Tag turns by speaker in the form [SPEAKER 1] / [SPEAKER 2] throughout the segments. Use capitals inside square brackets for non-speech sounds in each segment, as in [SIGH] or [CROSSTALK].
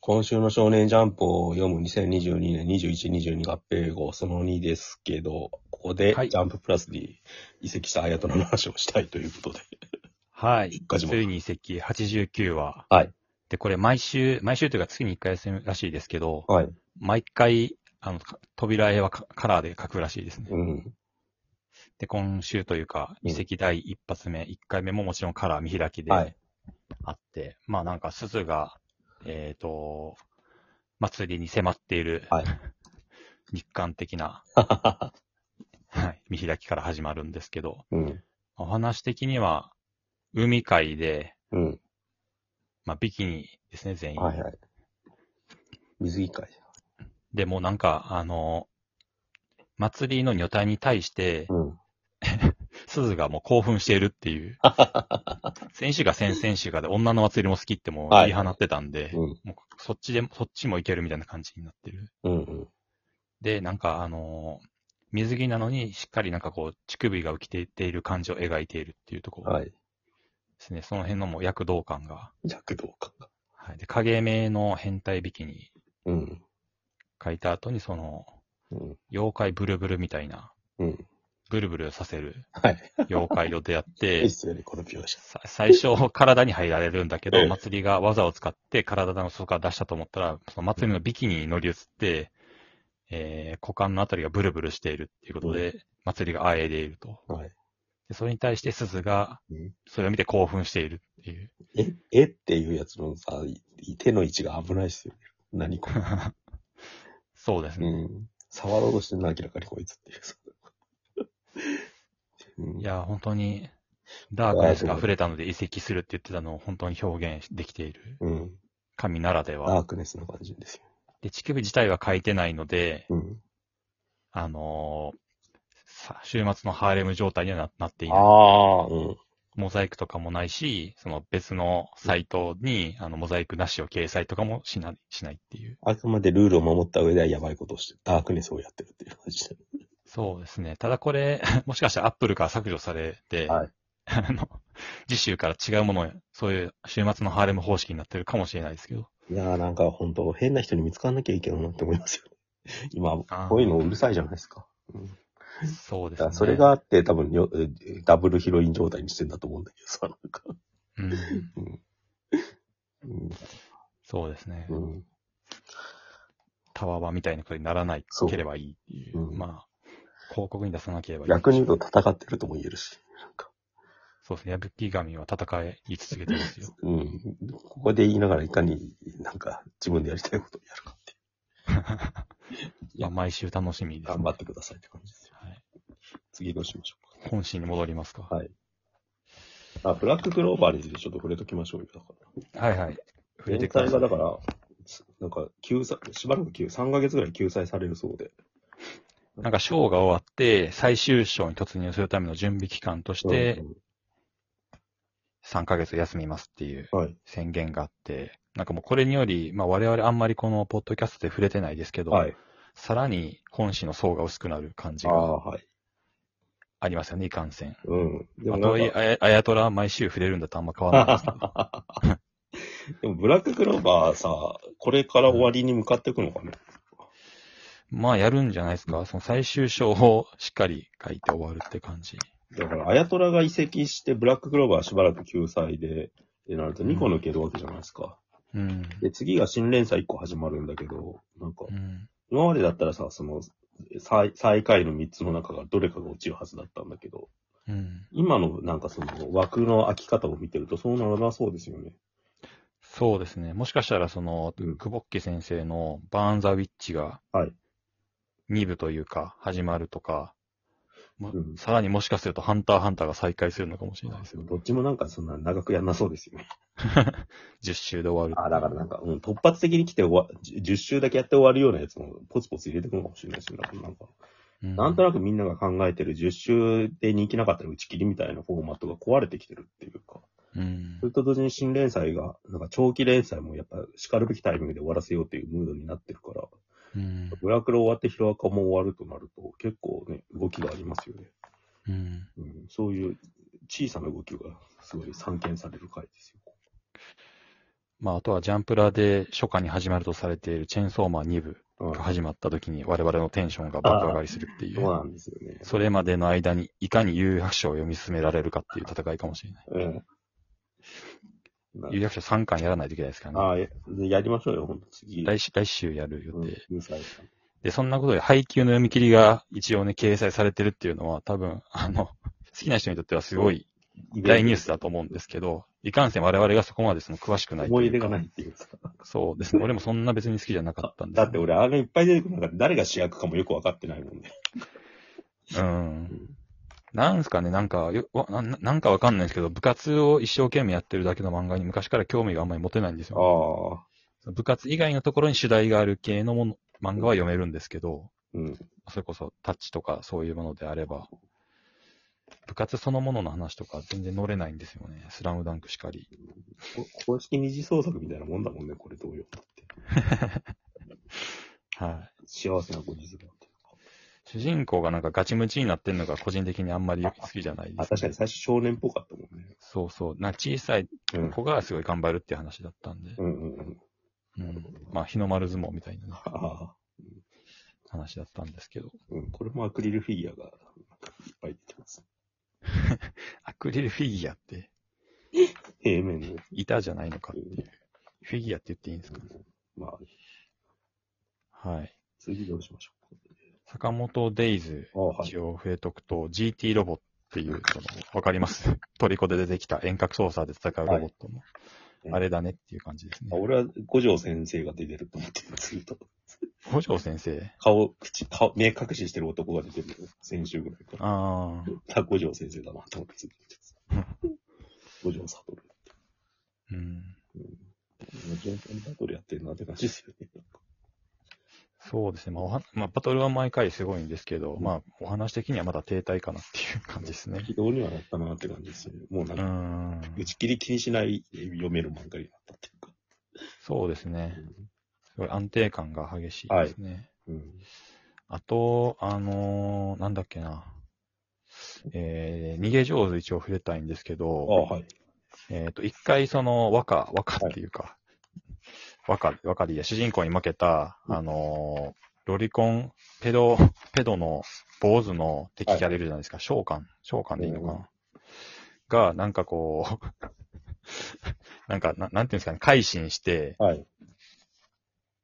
[SPEAKER 1] 今週の少年ジャンプを読む2022年21、22合併号その2ですけど、ここで
[SPEAKER 2] はい
[SPEAKER 1] ジャンププラスに移籍した綾戸の話をしたいということで。
[SPEAKER 2] はい。
[SPEAKER 1] ガジモ
[SPEAKER 2] ついに移籍89話。
[SPEAKER 1] はい。
[SPEAKER 2] で、これ毎週、毎週というか月に1回休むらしいですけど、
[SPEAKER 1] はい。
[SPEAKER 2] 毎回、あの、か扉絵はカカラーで描くらしいですね。
[SPEAKER 1] うん。
[SPEAKER 2] で、今週というか、
[SPEAKER 1] うん
[SPEAKER 2] 移籍第一発目、1回目ももちろんカラー見開きで
[SPEAKER 1] は
[SPEAKER 2] あ
[SPEAKER 1] い
[SPEAKER 2] って、まあなんか鈴が、えっ、と、祭りに迫っている、
[SPEAKER 1] はい
[SPEAKER 2] [LAUGHS] 日韓
[SPEAKER 1] [LAUGHS]
[SPEAKER 2] 的な、はい、見開きから始まるんですけど、
[SPEAKER 1] うん。
[SPEAKER 2] お話的には、海海で、
[SPEAKER 1] うん。
[SPEAKER 2] まあビキニですね、全員。
[SPEAKER 1] はいはい。水着会。
[SPEAKER 2] でもうなんか、あの、祭りの女体に対して、
[SPEAKER 1] うん。
[SPEAKER 2] 鈴がもう興奮しているっ
[SPEAKER 1] [LAUGHS]
[SPEAKER 2] ていう。選手が先々週がで、女の祭りも好きってもう
[SPEAKER 1] はい
[SPEAKER 2] 言い放ってたんで、
[SPEAKER 1] うん。
[SPEAKER 2] もうそっちで、そっちもいけるみたいな感じになってる。
[SPEAKER 1] うんうん。
[SPEAKER 2] で、なんかあの、水着なのにしっかりなんかこう、乳首が浮きていている感じを描いているっていうところ
[SPEAKER 1] はい。
[SPEAKER 2] ですね。その辺のもう躍動感が。
[SPEAKER 1] 躍動感が。
[SPEAKER 2] はい。で、影目の変態ビキニ
[SPEAKER 1] うん。
[SPEAKER 2] 描いた後にその、
[SPEAKER 1] うん。
[SPEAKER 2] 妖怪ブルブルみたいな、
[SPEAKER 1] うん。
[SPEAKER 2] ブルブルさせる
[SPEAKER 1] はい。
[SPEAKER 2] 妖怪と出会っ
[SPEAKER 1] エ
[SPEAKER 2] て
[SPEAKER 1] ッ、セよりこの描写。
[SPEAKER 2] さ最初、体に入られるんだけ
[SPEAKER 1] ええ
[SPEAKER 2] ど、祭りが技を使って体の外から出したと思ったら、その祭りのビキニに乗り移って、えー股間のあたりがブルブルしているっていうことで、祭りがあえいでいると。
[SPEAKER 1] はい。
[SPEAKER 2] でそれに対して鈴が
[SPEAKER 1] うん、
[SPEAKER 2] それを見て興奮しているって
[SPEAKER 1] [LAUGHS]
[SPEAKER 2] いう。
[SPEAKER 1] え、えっていうやつのさ、い手の位置が危ないっすよね。何これ。
[SPEAKER 2] そうです
[SPEAKER 1] う
[SPEAKER 2] ね。
[SPEAKER 1] ん。触ろうとしてるな、明らかにこいつっていうさ。うん
[SPEAKER 2] いや、本当に、ダークネスが溢れたので移籍するって言ってたのを本当に表現できている。
[SPEAKER 1] うん。
[SPEAKER 2] 神ならで
[SPEAKER 1] ダ
[SPEAKER 2] は。
[SPEAKER 1] ークネスの感じですよ。
[SPEAKER 2] で、乳首自体は書いてないので、
[SPEAKER 1] うん。
[SPEAKER 2] あのーさ週末のハーレム状態にはななっていない。
[SPEAKER 1] ああ、うん。
[SPEAKER 2] モザイクとかもないし、その別のサイトに、あの、モザイクなしを掲載とかもしない、しないっていう。
[SPEAKER 1] あくまでルールを守った上ではやばいことをして、ダークネスをやってるっていう感じで。
[SPEAKER 2] そうですね。ただこれ、 [LAUGHS] もしかしたらアップルから削除されて、
[SPEAKER 1] はい
[SPEAKER 2] [LAUGHS] あの、次週から違うもの、そういう週末のハーレム方式になってるかもしれないですけど。
[SPEAKER 1] いやーなんか本当変な人に見つからなきゃいけないなって思いますよね。今、
[SPEAKER 2] あー
[SPEAKER 1] こういうのうるさいじゃないですか。うん。
[SPEAKER 2] そうで
[SPEAKER 1] だ
[SPEAKER 2] す
[SPEAKER 1] か
[SPEAKER 2] ね
[SPEAKER 1] ら。それがあって多分よ、えダブルヒロイン状態にしてんだと思うんだけどさ、なんか。
[SPEAKER 2] うん、
[SPEAKER 1] うん。
[SPEAKER 2] そうですね
[SPEAKER 1] う。ん。うん。
[SPEAKER 2] タワー版みたいなことにならない
[SPEAKER 1] そう
[SPEAKER 2] ければいいっていう。
[SPEAKER 1] うん
[SPEAKER 2] まあ、広告に出さなければいい。
[SPEAKER 1] 逆に言うと戦ってるとも言えるし。
[SPEAKER 2] そうですね。矢吹神は戦い続けてま
[SPEAKER 1] [LAUGHS]
[SPEAKER 2] すよ。
[SPEAKER 1] うん。ここで言いながらいかになんか自分でやりたいことをやるかってい
[SPEAKER 2] いや、毎週楽しみ
[SPEAKER 1] う。
[SPEAKER 2] です、
[SPEAKER 1] [LAUGHS] 頑張ってくださいって感じですよ。
[SPEAKER 2] はい。
[SPEAKER 1] 次どうしましょうか。
[SPEAKER 2] 本心に戻りますか。
[SPEAKER 1] はいあ、ブラッククローバーについてちょっと触れときましょうよ。だから。
[SPEAKER 2] はいはい。触れて
[SPEAKER 1] 連
[SPEAKER 2] く
[SPEAKER 1] 載
[SPEAKER 2] ださ
[SPEAKER 1] が
[SPEAKER 2] い。
[SPEAKER 1] だから、なんか、救済、しばらく救、3ヶ月ぐらい救済されるそうで。
[SPEAKER 2] なんか、ショーが終わって、最終章に突入するための準備期間として
[SPEAKER 1] う、ん
[SPEAKER 2] 3ヶ月休みますっていう
[SPEAKER 1] はい。
[SPEAKER 2] 宣言があって、なんかもうこれにより、まあ我々あんまりこのポッドキャストで触れてないですけど、
[SPEAKER 1] はい。
[SPEAKER 2] さらに本心の層が薄くなる感じ
[SPEAKER 1] あ
[SPEAKER 2] が
[SPEAKER 1] あ、はい。
[SPEAKER 2] ありますよね、いかんせん。
[SPEAKER 1] うん。でも
[SPEAKER 2] まあ、
[SPEAKER 1] な
[SPEAKER 2] と
[SPEAKER 1] ん
[SPEAKER 2] はいえ
[SPEAKER 1] [LAUGHS] か、
[SPEAKER 2] あや、あやとら毎週触れるんだとあんま変わらない
[SPEAKER 1] [LAUGHS]
[SPEAKER 2] ですけど。
[SPEAKER 1] でもブラッククローバーさ、これから終わりに向かっていくのかね。
[SPEAKER 2] まあやるんじゃないですか。その最終章をしっかり書いて終わるって感じ。
[SPEAKER 1] だから、アヤトラが移籍して、ブラッククローバーはしばらく救済で、ってなると2個抜けるわけじゃないですか。
[SPEAKER 2] うん。
[SPEAKER 1] で、次が新連載1個始まるんだけど、なんか
[SPEAKER 2] う、ん。
[SPEAKER 1] 今までだったらさ、その、最、最下位の3つの中がどれかが落ちるはずだったんだけど、
[SPEAKER 2] うん。
[SPEAKER 1] 今のなんかその枠の空き方を見てるとそうならなそうですよね。
[SPEAKER 2] そうですね。もしかしたら、その、
[SPEAKER 1] うん
[SPEAKER 2] 久保っき先生のバーン・ザ・ウィッチが、
[SPEAKER 1] はい
[SPEAKER 2] 2部というか、始まるとか、も
[SPEAKER 1] うん
[SPEAKER 2] さらにもしかすると、ハンター・ハンターが再開するのかもしれないで
[SPEAKER 1] [LAUGHS]
[SPEAKER 2] すよ。
[SPEAKER 1] どっちもなんかそんな長くやんなそうですよね。
[SPEAKER 2] 10週で終わ
[SPEAKER 1] あ、
[SPEAKER 2] る。
[SPEAKER 1] だからなんか、うん、突発的に来て終わ、10周だけやって終わるようなやつもポツポツ入れてくるかもしれないし、だからなんか、
[SPEAKER 2] うん
[SPEAKER 1] なんとなくみんなが考えてる10周で人気なかったら打ち切りみたいなフォーマットが壊れてきてるっていうか、
[SPEAKER 2] うん
[SPEAKER 1] そ。れと同時に新連載が、なんか長期連載もやっぱ叱るべきタイミングで終わらせようっていうムードになってるから、
[SPEAKER 2] うん。
[SPEAKER 1] ブラクロ終わってヒロアカも終わるとなると、結構ね、動きがありますよね。
[SPEAKER 2] うん。
[SPEAKER 1] うん、そういう小さな動きがすごい散見される回ですよ。
[SPEAKER 2] まあ、あとはジャンプラで初夏に始まるとされているチェーンソーマン2部
[SPEAKER 1] うん
[SPEAKER 2] が始まった時に我々のテンションが爆上がりするってい
[SPEAKER 1] そう
[SPEAKER 2] う、
[SPEAKER 1] なんですよね。
[SPEAKER 2] それまでの間にいかに有白書を読み進められるかっていう戦いかもしれない。
[SPEAKER 1] うん。
[SPEAKER 2] 有白書3巻やらないといけないですからね。
[SPEAKER 1] ああ、ややりましょうよ、ほんと。次。
[SPEAKER 2] 来週来週やる予
[SPEAKER 1] うん
[SPEAKER 2] 定。
[SPEAKER 1] ニュースあるから
[SPEAKER 2] で、そんなことで配給の読み切りが一応ね、掲載されてるっていうのは多分、あの、好きな人にとってはすごい大ニュースだと思うんですけど、いかんせん我々がそこまでその詳しくないというか
[SPEAKER 1] 思い入れがないっていうか。
[SPEAKER 2] そうですね。俺もそんな別に好きじゃなかったんです
[SPEAKER 1] だって俺、あれいっぱい出てくる中で誰が主役かもよくわかってないもんね。
[SPEAKER 2] うん。なんすかね、なんかよわな、なんかわかんないんですけど、部活を一生懸命やってるだけの漫画に昔から興味があんまり持てないんですよ。
[SPEAKER 1] ああ。
[SPEAKER 2] 部活以外のところに主題がある系のもの漫画は読めるんですけど、
[SPEAKER 1] うん。
[SPEAKER 2] それこそタッチとかそういうものであれば、部活そのものの話とか全然乗れないんですよね。スラムダンクしかり。
[SPEAKER 1] こ公式二次創作みたいなもんだもんね、これ同様って。
[SPEAKER 2] はい。
[SPEAKER 1] 幸せな後日談っていうか。
[SPEAKER 2] 主人公がなんかガチムチになってるのが個人的にあんまり好きじゃない
[SPEAKER 1] あ、
[SPEAKER 2] です、
[SPEAKER 1] 確かに最初少年っぽかったもんね。
[SPEAKER 2] そうそう。な小さい子がすごい頑張るっていう話だったんで。
[SPEAKER 1] うんうんうん。
[SPEAKER 2] うん。まあ、日の丸相撲みたいなね
[SPEAKER 1] ああ。
[SPEAKER 2] 話だったんですけど。
[SPEAKER 1] うん。これもアクリルフィギュアがいっぱい出てます。
[SPEAKER 2] アクリルフィギュアって、
[SPEAKER 1] 平面の。
[SPEAKER 2] 板じゃないのかっていう。フィギュアって言っていいんですか
[SPEAKER 1] まあ、
[SPEAKER 2] はい。
[SPEAKER 1] 次どうしましょ
[SPEAKER 2] 坂本デイズ、
[SPEAKER 1] う。ああ、はい
[SPEAKER 2] 一。応増えとくと、GT ロボっていう、その、わかります [LAUGHS] トリコで出てきた遠隔操作で戦うロボットの、
[SPEAKER 1] い
[SPEAKER 2] あれだねっていう感じです
[SPEAKER 1] あ
[SPEAKER 2] ね。
[SPEAKER 1] 俺は五条先生が出てると思ってる、ずっと。
[SPEAKER 2] 五条先生。
[SPEAKER 1] 顔、口、顔、目隠ししてる男が出てる。先週ぐらいから。
[SPEAKER 2] ああ、
[SPEAKER 1] あ、五条先生だなと思ってずっと見てた五条悟。
[SPEAKER 2] うん。
[SPEAKER 1] ジョンソンバトルやってるなって感じですよね。
[SPEAKER 2] そうですね。まあ、おはまあ、バトルは毎回すごいんですけど、まあ、お話的にはまだ停滞かなっていう感じですね。
[SPEAKER 1] 軌道にはなったなって感じですよね。もうな
[SPEAKER 2] うん
[SPEAKER 1] か、
[SPEAKER 2] ーん。
[SPEAKER 1] 打ち切り気にしない読める漫画になったっていうか。
[SPEAKER 2] そうですね。すごい安定感が激しいですね。
[SPEAKER 1] うん。
[SPEAKER 2] あと、あのーなんだっけな。えー、逃げ上手一応触れたいんですけ
[SPEAKER 1] ああ、
[SPEAKER 2] ど、
[SPEAKER 1] はい。
[SPEAKER 2] えっ、と、一回その和歌、和歌っていうか、和歌、和歌でいいや、主人公に負けた、
[SPEAKER 1] うん
[SPEAKER 2] あのーロリコン、ペド、ペドの坊主の敵キャラいるじゃないですか、召喚、召喚でいいのかな。が、なんかこう、 [LAUGHS] なんかな、なんていうんですかね、改心して、
[SPEAKER 1] はい。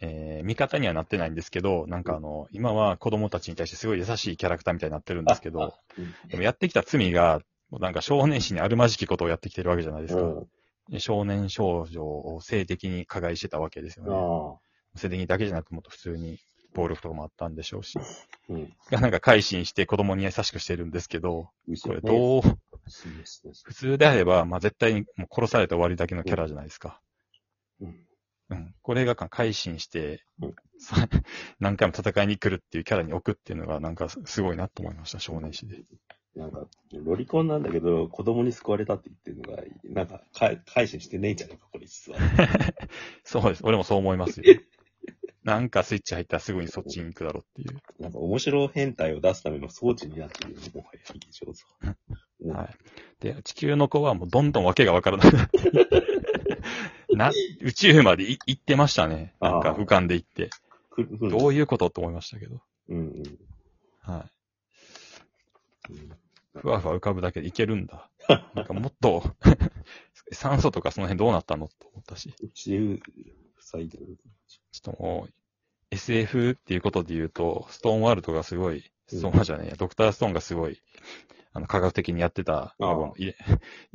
[SPEAKER 2] えー味方にはなってないんですけど、なんかあの、今は子供たちに対してすごい優しいキャラクターみたいになってるんですけど、
[SPEAKER 1] うん
[SPEAKER 2] でもやってきた罪が、もうなんか少年誌にあるまじきことをやってきてるわけじゃないですか。
[SPEAKER 1] うん
[SPEAKER 2] で少年少女を性的に加害してたわけですよね。
[SPEAKER 1] ああ。
[SPEAKER 2] 性的にだけじゃなくもっと普通に暴力とかもあったんでしょうし。
[SPEAKER 1] うん。
[SPEAKER 2] がなんか改心して子供に優しくしてるんですけど、これどう、
[SPEAKER 1] そうですね。
[SPEAKER 2] 普通であれば、まあ絶対にもう殺されて終わりだけのキャラじゃないですか。
[SPEAKER 1] うん。
[SPEAKER 2] うん。これが改心して
[SPEAKER 1] うん、
[SPEAKER 2] さ [LAUGHS] 何回も戦いに来るっていうキャラに置くっていうのがなんかすごいなと思いました、少年誌で。
[SPEAKER 1] なんか、ロリコンなんだけど、子供に救われたって言ってるのが、なんか、か改心してねえんじゃないか、これ実は。
[SPEAKER 2] そうです。俺もそう思
[SPEAKER 1] [LAUGHS]
[SPEAKER 2] いますよ。なんかスイッチ入ったらすぐにそっちに行くだろうっていう。
[SPEAKER 1] なんか、面白変態を出すための装置になってるよね、もはや、上手は。うん
[SPEAKER 2] はい。で、地球の子はもうどんどんわけがわからなくなって
[SPEAKER 1] [LAUGHS]
[SPEAKER 2] な、宇宙までい行ってましたね。なんか
[SPEAKER 1] ああ
[SPEAKER 2] 浮かんでいって。
[SPEAKER 1] くる
[SPEAKER 2] どういうことと思いましたけど。
[SPEAKER 1] うんうん。
[SPEAKER 2] は
[SPEAKER 1] うん
[SPEAKER 2] い。ふわふわ浮かぶだけでいけるん
[SPEAKER 1] [LAUGHS]
[SPEAKER 2] だ。なんかもっと、 [LAUGHS] 酸素とかその辺どうなったのと思ったし。
[SPEAKER 1] うちで塞いでる。
[SPEAKER 2] ちょっともう、SF っていうことで言うと、ストーンワールドがすごい、
[SPEAKER 1] うん
[SPEAKER 2] ストーンワールドじゃねえや、ドクターストーンがすごい、あの、科学的にやってた、
[SPEAKER 1] ああ
[SPEAKER 2] 入れ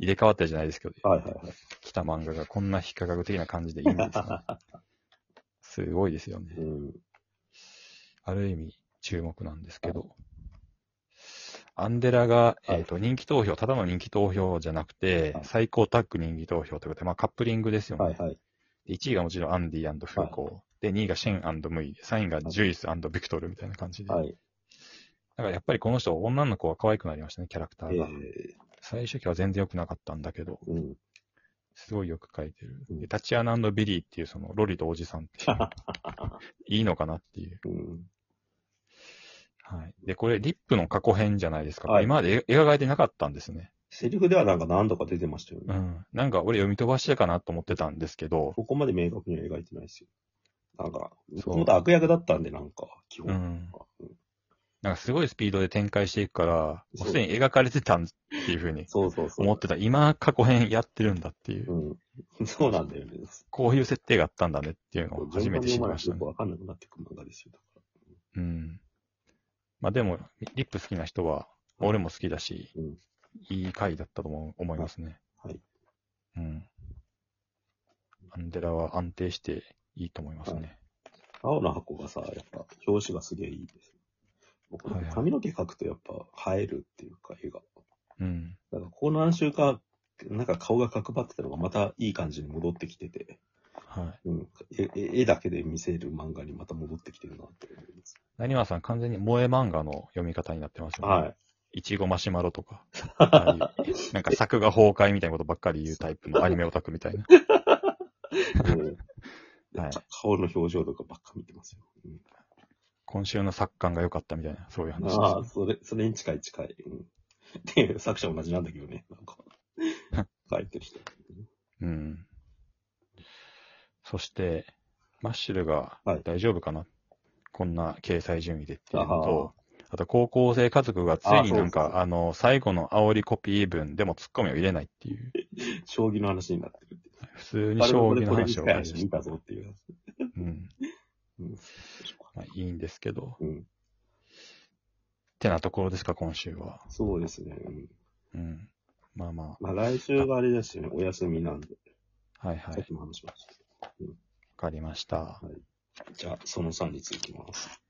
[SPEAKER 2] 入れ替わったじゃないですけど、
[SPEAKER 1] はいはいはい。
[SPEAKER 2] 来た漫画がこんな非科学的な感じでいいんですか、ね、
[SPEAKER 1] [LAUGHS]
[SPEAKER 2] すごいですよね
[SPEAKER 1] う。ん。
[SPEAKER 2] ある意味、注目なんですけど。アンデラが、え
[SPEAKER 1] はい
[SPEAKER 2] っ、と、人気投票、ただの人気投票じゃなくて
[SPEAKER 1] は、い
[SPEAKER 2] 最高タッグ人気投票ということで、まあカップリングですよね。
[SPEAKER 1] はいはい。
[SPEAKER 2] で1位がもちろんアンディフーコー、で、2位がシェンムイ、3位がジュイスビクトルみたいな感じで。
[SPEAKER 1] はい。
[SPEAKER 2] だからやっぱりこの人、女の子は可愛くなりましたね、キャラクタ
[SPEAKER 1] え
[SPEAKER 2] ーが。
[SPEAKER 1] え
[SPEAKER 2] 最初期は全然良くなかったんだけど、
[SPEAKER 1] うん。
[SPEAKER 2] すごいよく描いてる。
[SPEAKER 1] うん
[SPEAKER 2] でタチアナビリーっていうそのロリとおじさんって
[SPEAKER 1] [LAUGHS]
[SPEAKER 2] いう、いいのかなっていう。
[SPEAKER 1] うん。
[SPEAKER 2] はい。で、これ、リップの過去編じゃないですか。
[SPEAKER 1] はい
[SPEAKER 2] 今まで描かれてなかったんですね。
[SPEAKER 1] セリフではなんか何度か出てましたよね。
[SPEAKER 2] うん。なんか俺読み飛ばしてかなと思ってたんですけど、
[SPEAKER 1] ここまで明確には描いてないですよ。なんか、も
[SPEAKER 2] そう
[SPEAKER 1] ともと悪役だったんで、なんか、基
[SPEAKER 2] う
[SPEAKER 1] 本。
[SPEAKER 2] ん。なんかすごいスピードで展開していくから、も
[SPEAKER 1] そう
[SPEAKER 2] うすでに描かれてたんっていうふうに
[SPEAKER 1] そうそうそう。
[SPEAKER 2] 思ってた。今、過去編やってるんだっていう、
[SPEAKER 1] うん。 [LAUGHS] そうなんだよね。
[SPEAKER 2] こういう設定があったんだねっていうの
[SPEAKER 1] こ
[SPEAKER 2] を
[SPEAKER 1] う
[SPEAKER 2] 初めて知りました
[SPEAKER 1] よ
[SPEAKER 2] ね
[SPEAKER 1] く。わかんなくなってく漫画ですよ。だか
[SPEAKER 2] うん。まあでも、リリップ好きな人は、
[SPEAKER 1] うん
[SPEAKER 2] 俺も好きだし、
[SPEAKER 1] うん
[SPEAKER 2] いい回だったと思う思いますね。
[SPEAKER 1] はい。
[SPEAKER 2] うん。アンデラは安定していいと思いますね。
[SPEAKER 1] ら青の箱がさ、やっぱ、表紙がすげえいいです。僕
[SPEAKER 2] はいはい
[SPEAKER 1] 髪の毛描くとやっぱ映えるっていうか、絵が。
[SPEAKER 2] うん。
[SPEAKER 1] だから、ここ何週か、なんか顔が角張ってたのがまたいい感じに戻ってきてて、
[SPEAKER 2] はい。
[SPEAKER 1] うん、絵絵絵だけで見せる漫画にまた戻ってきてるなって思います。
[SPEAKER 2] なにわさん、完全に萌え漫画の読み方になってますよね。
[SPEAKER 1] はい。
[SPEAKER 2] いちごマシュマロとか。ああいう [LAUGHS] なんか作画崩壊みたいなことばっかり言うタイプのアニメオタク
[SPEAKER 1] [LAUGHS]
[SPEAKER 2] みたいな。
[SPEAKER 1] うん
[SPEAKER 2] はい
[SPEAKER 1] 顔の表情とかばっか見てますよ。うん
[SPEAKER 2] 今週の作感が良かったみたいな、そういう話です、
[SPEAKER 1] ああ、それ、それに近い近い。 [LAUGHS] うん、で、作者同じなんだけどね、なん [LAUGHS] か。書いてる人。
[SPEAKER 2] うん。そして、マッシュルが
[SPEAKER 1] はい
[SPEAKER 2] 大丈夫かな、こんな掲載順位でっていうの
[SPEAKER 1] あ
[SPEAKER 2] と、あと高校生家族がついになん
[SPEAKER 1] あそうそう
[SPEAKER 2] か、あの、最後の煽りコピー文でもツッコミを入れないっ
[SPEAKER 1] [LAUGHS]
[SPEAKER 2] ていう、
[SPEAKER 1] 将棋の話になってるって。
[SPEAKER 2] 普通に将棋の話を
[SPEAKER 1] あれもこれこれ見た
[SPEAKER 2] 返
[SPEAKER 1] いし
[SPEAKER 2] し
[SPEAKER 1] 見たぞっていう話。
[SPEAKER 2] うん。
[SPEAKER 1] うん。
[SPEAKER 2] まあいいんですけど。
[SPEAKER 1] うん
[SPEAKER 2] ってなところですか、今週は。
[SPEAKER 1] そうですね。うん、
[SPEAKER 2] うん。まあま
[SPEAKER 1] まあ来週があれですよね、お休みなんで。
[SPEAKER 2] あ、はいは
[SPEAKER 1] さっ
[SPEAKER 2] い。
[SPEAKER 1] きも話しました。
[SPEAKER 2] わかりました。
[SPEAKER 1] じゃあ、その3に続きます。